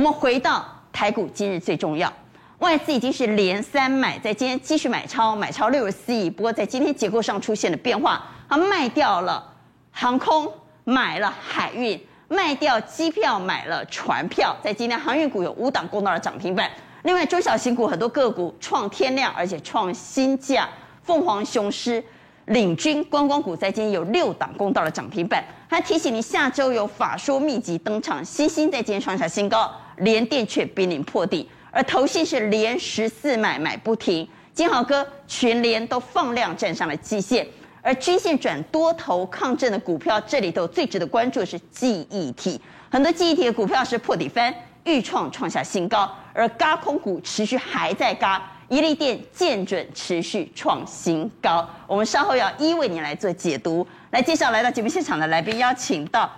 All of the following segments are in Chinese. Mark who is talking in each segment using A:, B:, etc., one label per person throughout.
A: 们回到台股今日最重要，外资已经是连三买，在今天继续买超，买超六十四亿。不过在今天结构上出现了变化，它卖掉了航空，买了海运，卖掉机票，买了船票。在今天航运股有五档攻到了涨停板，另外中小型股很多个股创天量，而且创新价，凤凰雄狮。领军观光股在今天有六档攻到了涨停板，还提醒您下周有法说秘籍登场，新兴在今天创下新高，联电却濒临破底，而投信是连十四买买不停，金豪哥全联都放量站上了季线，而均线转多头抗震的股票，这里头最值得关注的是记忆体，很多记忆体的股票是破底翻，豫创创下新高，而嘎空股持续还在嘎。一利电见准持续创新高，我们稍后要一为您来做解读，来介绍来到节目现场的来宾，邀请到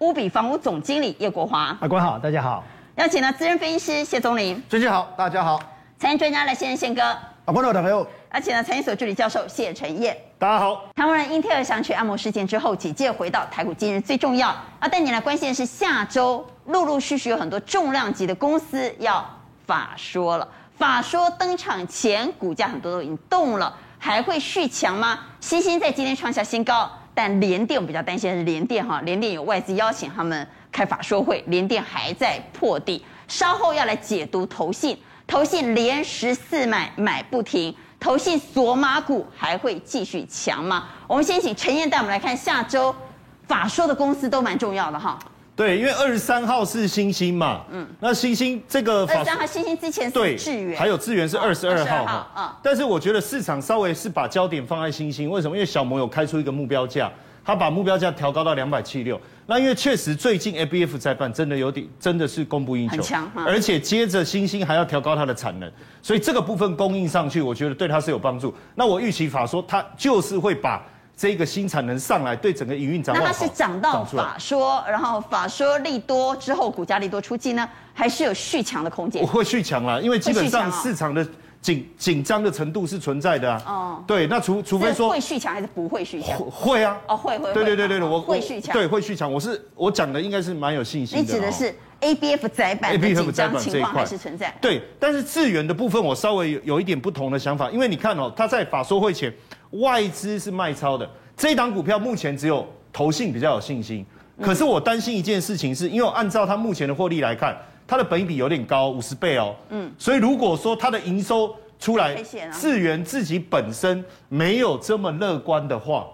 A: 乌比房屋总经理叶国华，
B: 阿官好，大家好。
A: 邀请到资深分析师谢宗林，
C: 尊敬好，大家好。
A: 财经专家来先生宪哥，
C: 阿官好，的朋友，
A: 邀请到财经所助理教授谢承彦。
D: 大家好。
A: 台湾人英特尔想去按摩事件之后，紧接着回到台股，今日最重要要带你来关心的是，下周陆陆续续有很多重量级的公司要法说了。法说登场前，股价很多都已经动了，还会续强吗？新兴在今天创下新高，但联电我比较担心的是联电哈，联电有外资邀请他们开法说会，联电还在破底，稍后要来解读投信，投信连十四买买不停，投信索马股还会继续强吗？我们先请陈燕带我们来看下周法说的公司都蛮重要的哈，
D: 对，因为二十三号是星星嘛，嗯，那星星这个
A: 二三号新兴之前是
D: 呃对
A: 智源，哦
D: 还有智源是二十二号嘛，
A: 22号嗯
D: 但是我觉得市场稍微是把焦点放在星星，为什么？因为小摩有开出一个目标价，他把目标价调高到两百七六。那因为确实最近 ABF 再办真的有点真的是供不应求，
A: 很强嗯
D: 而且接着星星还要调高它的产能，所以这个部分供应上去，我觉得对它是有帮助。那我预期法说它就是会把这个新产能上来，对整个营运展
A: 那
D: 望
A: 它
D: 好
A: 是涨到
D: 出来
A: 法说，然后法说利多之后，股价利多出尽呢，还是有续强的空间
D: 我？会续强啦，因为基本上
A: 会续强哦
D: 市场的紧紧张的程度是存在的啊。
A: 哦
D: 对，那除除非
A: 是
D: 说
A: 会续强还是不会续强？
D: 会会啊，
A: 哦，会会。
D: 对
A: 会
D: 对对对对，我
A: 会
D: 我
A: 续强。
D: 对，会续强。我是我讲的应该是蛮有信心的
A: 你
D: 哦。
A: 指的是 ABF 窄板的
D: ABF
A: 紧
D: 窄
A: 张
D: 板这
A: 情
D: 一
A: 况
D: 块
A: 还是存在？
D: 对，但是智源的部分，我稍微有有一点不同的想法，因为你看哦，它在法说会前，外资是卖超的，这一档股票目前只有投信比较有信心。可是我担心一件事情是，因为按照它目前的获利来看，它的本益比有点高，五十倍哦。嗯，所以如果说它的营收出来
A: 危险，啊
D: 智源自己本身没有这么乐观的话，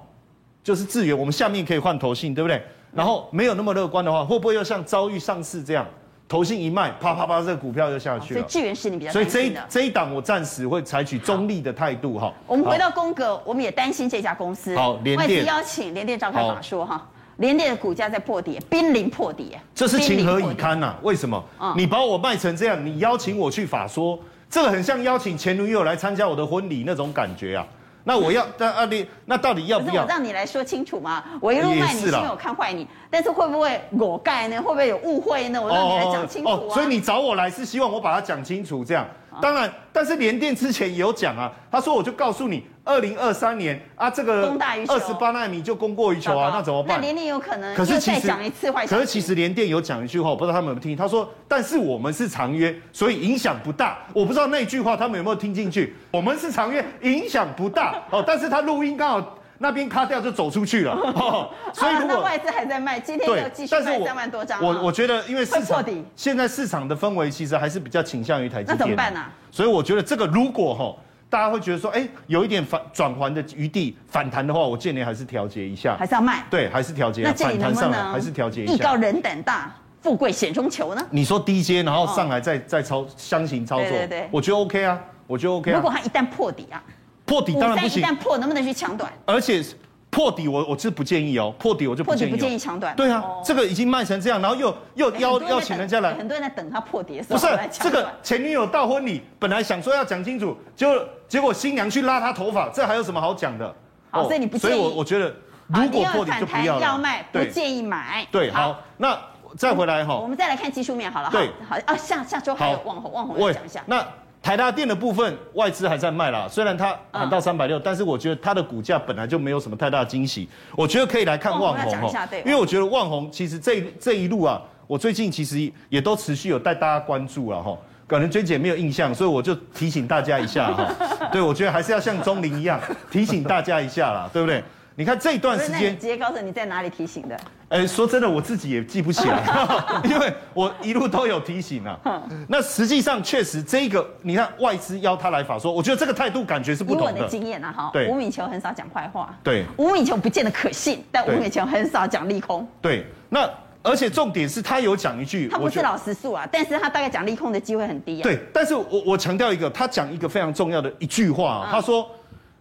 D: 就是智源，我们下面可以换投信，对不对？然后没有那么乐观的话，会不会又像遭遇上市这样，投信一卖，啪啪啪，这个股票就下去
A: 所以
D: 了？
A: 智源是你比较
D: 所以
A: 担
D: 这
A: 心
D: 一
A: 的。
D: 这一档我暂时会采取中立的态度哈。
A: 我们回到宫格，我们也担心这家公司。
D: 好联电
A: 外资邀请联电召开
D: 好
A: 法说哈，联电的股价在破底，濒临破底。
D: 这是情
A: 濒
D: 何以
A: 临破底？
D: 堪呐、啊为什么
A: 嗯？
D: 你把我卖成这样，你邀请我去法说，这个很像邀请前女友来参加我的婚礼那种感觉啊。那 我要，那啊你，那到底要
A: 可
D: 不
A: 是我
D: 要？
A: 让你来说清楚嘛，我一路卖你，
D: 也
A: 是
D: 是
A: 因
D: 啦
A: 为我看坏你，但是会不会我盖呢？会不会有误会呢？我
D: 哦
A: 让你来讲清楚啊。嗯
D: 所以你找我来是希望我把它讲清楚这样。当然，但是联电之前也有讲啊，他说我就告诉你，二零二三年啊，这个
A: 供大于求
D: 二十八纳米就供过于
A: 糟
D: 求
A: 糕
D: 啊，那怎么办？
A: 那联电有可能
D: 可是
A: 又
D: 其
A: 再
D: 实
A: 讲一次坏消息。
D: 可是其实联电有讲一句话，我不知道他们有没有听。他说：“但是我们是长约，所以影响不大。”我不知道那句话他们有没有听进去。我们是长约，影响不 大哦。但是他录音刚好那边卡掉就走出去了，哦、所以
A: 啊
D: 如
A: 那
D: 果。
A: 外资还在卖，今天
D: 对
A: 又继，续
D: 但是
A: 卖
D: 我
A: 三万多张啊。
D: 我我觉得，因为市
A: 会破
D: 场
A: 底
D: 现在市场的氛围其实还是比较倾向于台积
A: 那
D: 电。
A: 怎么办啊
D: 所以我觉得这个如果哈，大家会觉得说，哎，有一点反转环的余地反弹的话，我建议还是调节一下
A: 还。是要卖。
D: 对，还是调节一下。
A: 那这里能
D: 反弹
A: 不
D: 上来
A: 能
D: 还是调节一下。
A: 艺高人胆大，富贵险中求呢？
D: 你说低阶，然后上来再、再操箱型操作，
A: 嗯对对对
D: 我觉得 OK 啊，我觉得 OK
A: 如
D: 啊
A: 果。它一旦破底啊，
D: 破底
A: 五
D: 当然
A: 三
D: 不
A: 一
D: 行，
A: 旦破，能不能去抢短？
D: 而且破底我我是不建议哦，破底我就
A: 破
D: 不
A: 底
D: 建议、
A: 不
D: 哦。
A: 建议抢短。
D: 对啊，
A: 哦
D: 这个已经卖成这样，然后又又邀
A: 很多在
D: 邀请人家来
A: 等，很多人在等它破底的时
D: 不
A: 候
D: 是
A: 来抢
D: 这
A: 短。
D: 个前女友到婚礼，本来想说要讲清楚，结果结果新娘去拉她头发，这还有什么好讲的？哦
A: 好所以你不
D: 所以
A: 建议
D: 我我觉得
A: 好
D: 如果破
A: 你要
D: 底就
A: 啊反
D: 不
A: 弹
D: 要了。
A: 要卖，不
D: 对
A: 建议买。
D: 对，好，，那再回来哈、哦
A: 我们再来看技术面好了。
D: 对
A: 好好啊，下下周还有网红，网红要
D: 喂
A: 讲一下。
D: 那台达电的部分，外资还在卖啦，虽然它
A: 嗯
D: 喊到三百六，但是我觉得它的股价本来就没有什么太大惊喜，我觉得可以来看
A: 旺宏要
D: 旺宏
A: 讲一
D: 哦
A: 下对
D: 因为我觉得旺宏其实这一这一路啊。我最近其实也都持续有带大家关注了哈。可能娟姐没有印象，所以我就提醒大家一下 哈。对，我觉得还是要像钟林一样提醒大家一下啦，对不对？你看这一段
A: 不是，
D: 时
A: 那你
D: 间
A: 直，接告诉我你在哪里提醒的？
D: 哎，说真的，我自己也记不起来， 因为我一路都有提醒啊。那实际上确实这个，你看外资邀他来法说，我觉得这个态度感觉是
A: 以
D: 不
A: 我
D: 同
A: 的
D: 的。
A: 经验啊，哈，
D: 对
A: 吴敏球很少讲坏话，
D: 对
A: 吴敏球不见得可信，但吴
D: 对
A: 敏球很少讲利空，
D: 对，那而且重点是他有讲一句，
A: 他不
D: 我觉
A: 是
D: 得
A: 老实数啊，但是他大概讲利空的机会很低啊。
D: 对，但是我我强调一个，他讲一个非常重要的一句话、
A: 嗯
D: 哦，他说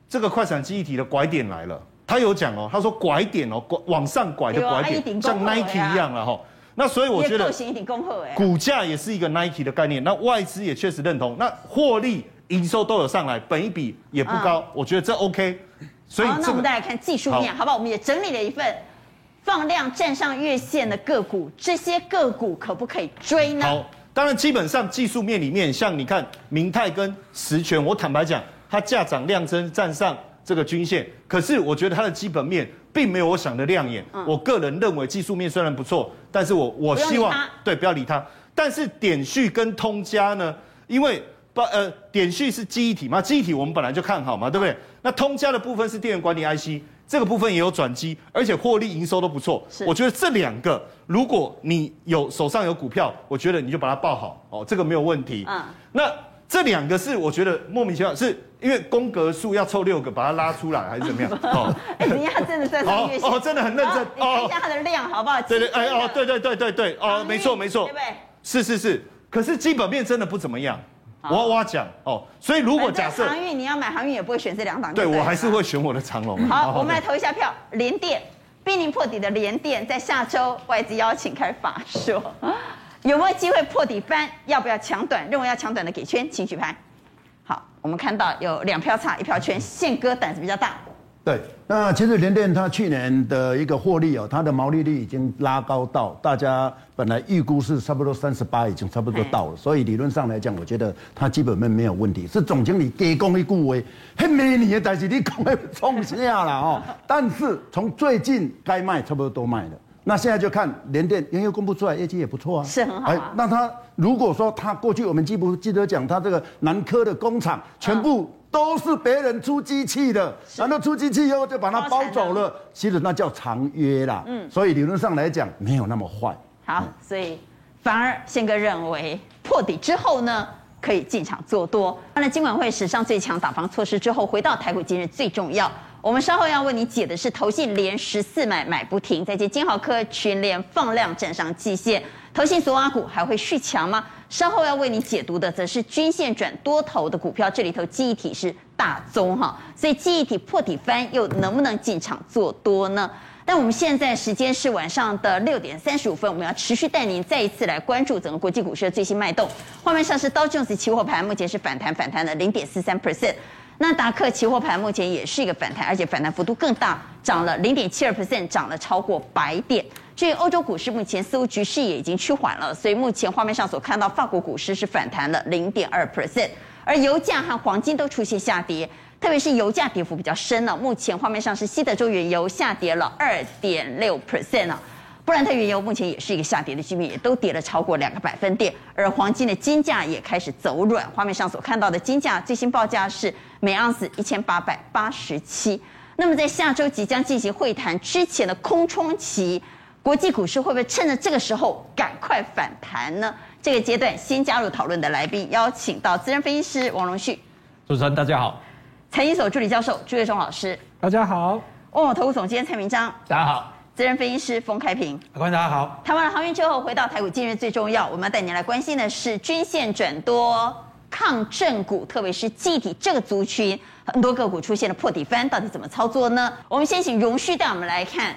D: 这个快闪记忆体的拐点来了，他有讲哦，他说拐点哦，拐往上拐的
A: 对啊
D: 拐
A: 他一
D: 点，
A: 定
D: 像
A: 够了
D: Nike
A: 呀
D: 一样了哈、那所以我
A: 也
D: 觉得
A: 够行一点恭贺哎，
D: 股价也是一个 Nike 的概念，那外资也确实认同，那获利、营收都有上来，本一比也不高，我觉得这 OK。所以
A: 嗯好，那
D: 这
A: 我们
D: 个
A: 再来看技术面，好不好？我们也整理了一份放量站上月线的个股，这些个股可不可以追呢？
D: 好，当然基本上技术面里面，像你看明泰跟实权，我坦白讲，它价涨量增站上这个均线，可是我觉得它的基本面并没有我想的亮眼。我个人认为技术面虽然不错，但是我
A: 嗯
D: 我
A: 不用理
D: 希望
A: 它
D: 对不要理它。但是点序跟通家呢，因为把呃点序是记忆体嘛，记忆体我们本来就看好嘛，对不对？那通家的部分是电源管理 IC。这个部分也有转机，而且获利营收都不错
A: 是。
D: 我觉得这两个，如果你有手上有股票，我觉得你就把它报好哦，这个没有问题。
A: 嗯
D: 那这两个是我觉得莫名其妙，是因为宫格数要凑六个，把它拉出来还是 怎么样？哦，
A: 哎，人家真的站上月线
D: 哦哦真的很认真
A: 好你看一下它的量好不好？
D: 对对，哎哦，对
A: 对，
D: 对对对对，
A: 啊
D: 哦，没错没错
A: 对，不对？
D: 是是是。可是基本面真的不怎么样，
A: 好
D: 我要我要讲哦。所以如果假设
A: 反正航运你要买航运也不会选这两档，
D: 对
A: 不
D: 我还是。会选我的长龙。
A: 嗯
D: 啊
A: 好，我们来投一下票，联电濒临破底的联电，在下周外资邀请开法说，有没有机会破底翻？要不要抢短？认为要抢短的给圈，请举牌。好，我们看到有两票差一票圈，宪哥胆子比较大，
C: 对，那其实联电它去年的一个获利哦，它的毛利率已经拉高到大家本来预估是差不多三十八，已经差不多到了，所以理论上来讲，我觉得它基本面没有问题。是总经理给讲一句话，迄明年的代志你讲的创啥啦哦？ 但是从最近该卖差不多都卖了。那现在就看联电，因为公布出来业绩也不错啊，
A: 是很好啊
C: 那他如果说他过去我们记不记得讲他这个南科的工厂全部都是别人出机器的，然后出机器以后就把它包走了，其实那叫长约啦。嗯，所以理论上来讲没有那么坏。
A: 好，所以反而宪哥认为破底之后呢，可以进场做多。当然，今晚会史上最强打房措施之后，回到台股今日最重要。我们稍后要为你解的是投信连十四买买不停，再接金豪科群联放量站上季线，投信索瓦股还会续强吗？稍后要为你解读的则是均线转多头的股票，这里头记忆体是大宗哈，所以记忆体破底翻又能不能进场做多呢？但我们现在时间是晚上的六点三十五分，我们要持续带您再一次来关注整个国际股市的最新脉动。画面上是道琼斯期货盘，目前是反弹，反弹了零点四三 percent。纳达克期货盘目前也是一个反弹，而且反弹幅度更大，涨了零点七二 percent，涨了超过百点。至于欧洲股市，目前似乎局势也已经趋缓了，所以目前画面上所看到法国股市是反弹了零点二 percent，而油价和黄金都出现下跌。特别是油价跌幅比较深了、目前画面上是西德州原油下跌了二点六 percent 啊，布兰特原油目前也是一个下跌的局面，也都跌了超过两个百分点，而黄金的金价也开始走软。画面上所看到的金价最新报价是每盎司一千八百八十七。那么在下周即将进行会谈之前的空窗期，国际股市会不会趁着这个时候赶快反弹呢？这个阶段先加入讨论的来宾，邀请到资深分析师王荣旭。
B: 主持人大家好，
A: 财经所助理教授朱月忠老师，
B: 大家好，
A: 万哦宝投顾总监蔡明章，
B: 大家好，
A: 资深分析师冯开平。
B: 法官大家好，
A: 谈完了航运之后，回到台股今日最重要，我们要带您来关心的是均线转多抗震股，特别是集体这个族群，很多个股出现了破底翻，到底怎么操作呢？我们先请荣旭带我们来看。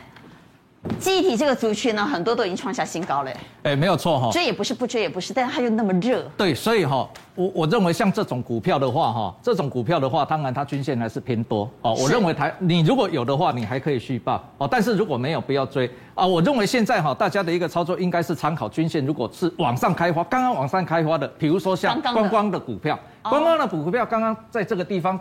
A: 集体这个族群呢，很多都已经创下新高了，
B: 哎，没有错哈、
A: 追也不是，不追也不是，但是它又那么热，
B: 对，所以哈、我我认为像这种股票的话哈、这种股票的话，当然它均线还是偏多哦。我
A: 是
B: 认为台你如果有的话，你还可以续报哦，但是如果没有，不要追啊。我认为现在哈、大家的一个操作应该是参考均线，如果是往上开花，刚刚往上开花的，比如说像
A: 刚刚的
B: 观光的股票，
A: 哦
B: 观光的股票刚刚在这个地方。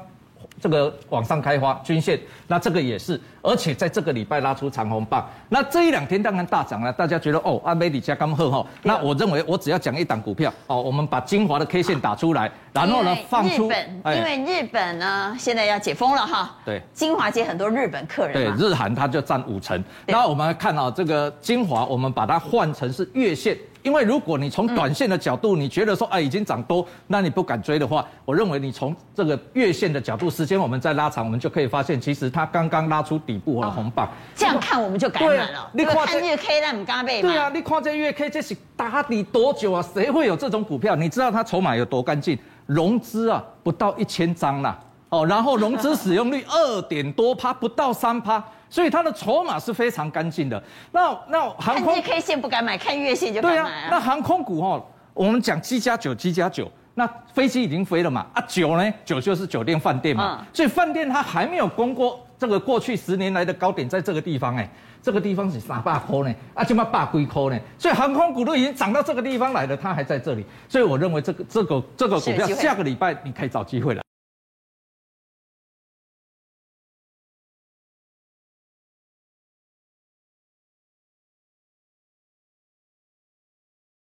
B: 这个往上开花均线，那这个也是，而且在这个礼拜拉出长红棒，那这一两天当然大涨了，大家觉得哦，安美里加刚赫哈，那我认为我只要讲一档股票哦，我们把精华的 K 线打出来，然后呢
A: 因为
B: 放
A: 日
B: 出，
A: 本，
B: 哎
A: 因为日本呢现在要解封了哈，
B: 对
A: 金华街很多日本客人
B: 对
A: 嘛，，
B: 日韩它就占五成。
A: 对
B: 那我们看到、这个精华，我们把它换成是月线，因为如果你从短线的角度，你觉得说哎已经涨多，那你不敢追的话，我认为你从这个月线的角度，时间我们再拉长，我们就可以发现，其实它刚刚拉出底部和哦红棒。
A: 这样看我们就感染了，
B: 对啊你
A: 因为
B: 看
A: 看
B: 这
A: 日 K 那唔敢背嘛，
B: 对啊，你看这月 K 这是打底多久啊？谁会有这种股票？你知道它筹码有多干净？融资啊不到一千张啦，哦，然后融资使 用率二点多趴，不到三趴，所以它的筹码是非常干净的。那那航
A: 看
B: 空
A: 日 K 线不敢买，看月线就敢
B: 对
A: 买
B: 啊，那航空股哦，我们讲七加九，七加九。那飞机已经飞了嘛？啊，九呢？九就是酒店、饭店嘛。
A: 嗯
B: 所以饭店它还没有攻过这个过去十年来的高点，在这个地方哎、这个地方是三百块呢，啊，就嘛百几块呢。所以航空股都已经涨到这个地方来了，它还在这里。所以我认为这个这个这个股
A: 是有
B: 票
A: 机会
B: 下个礼拜你可以找机会了。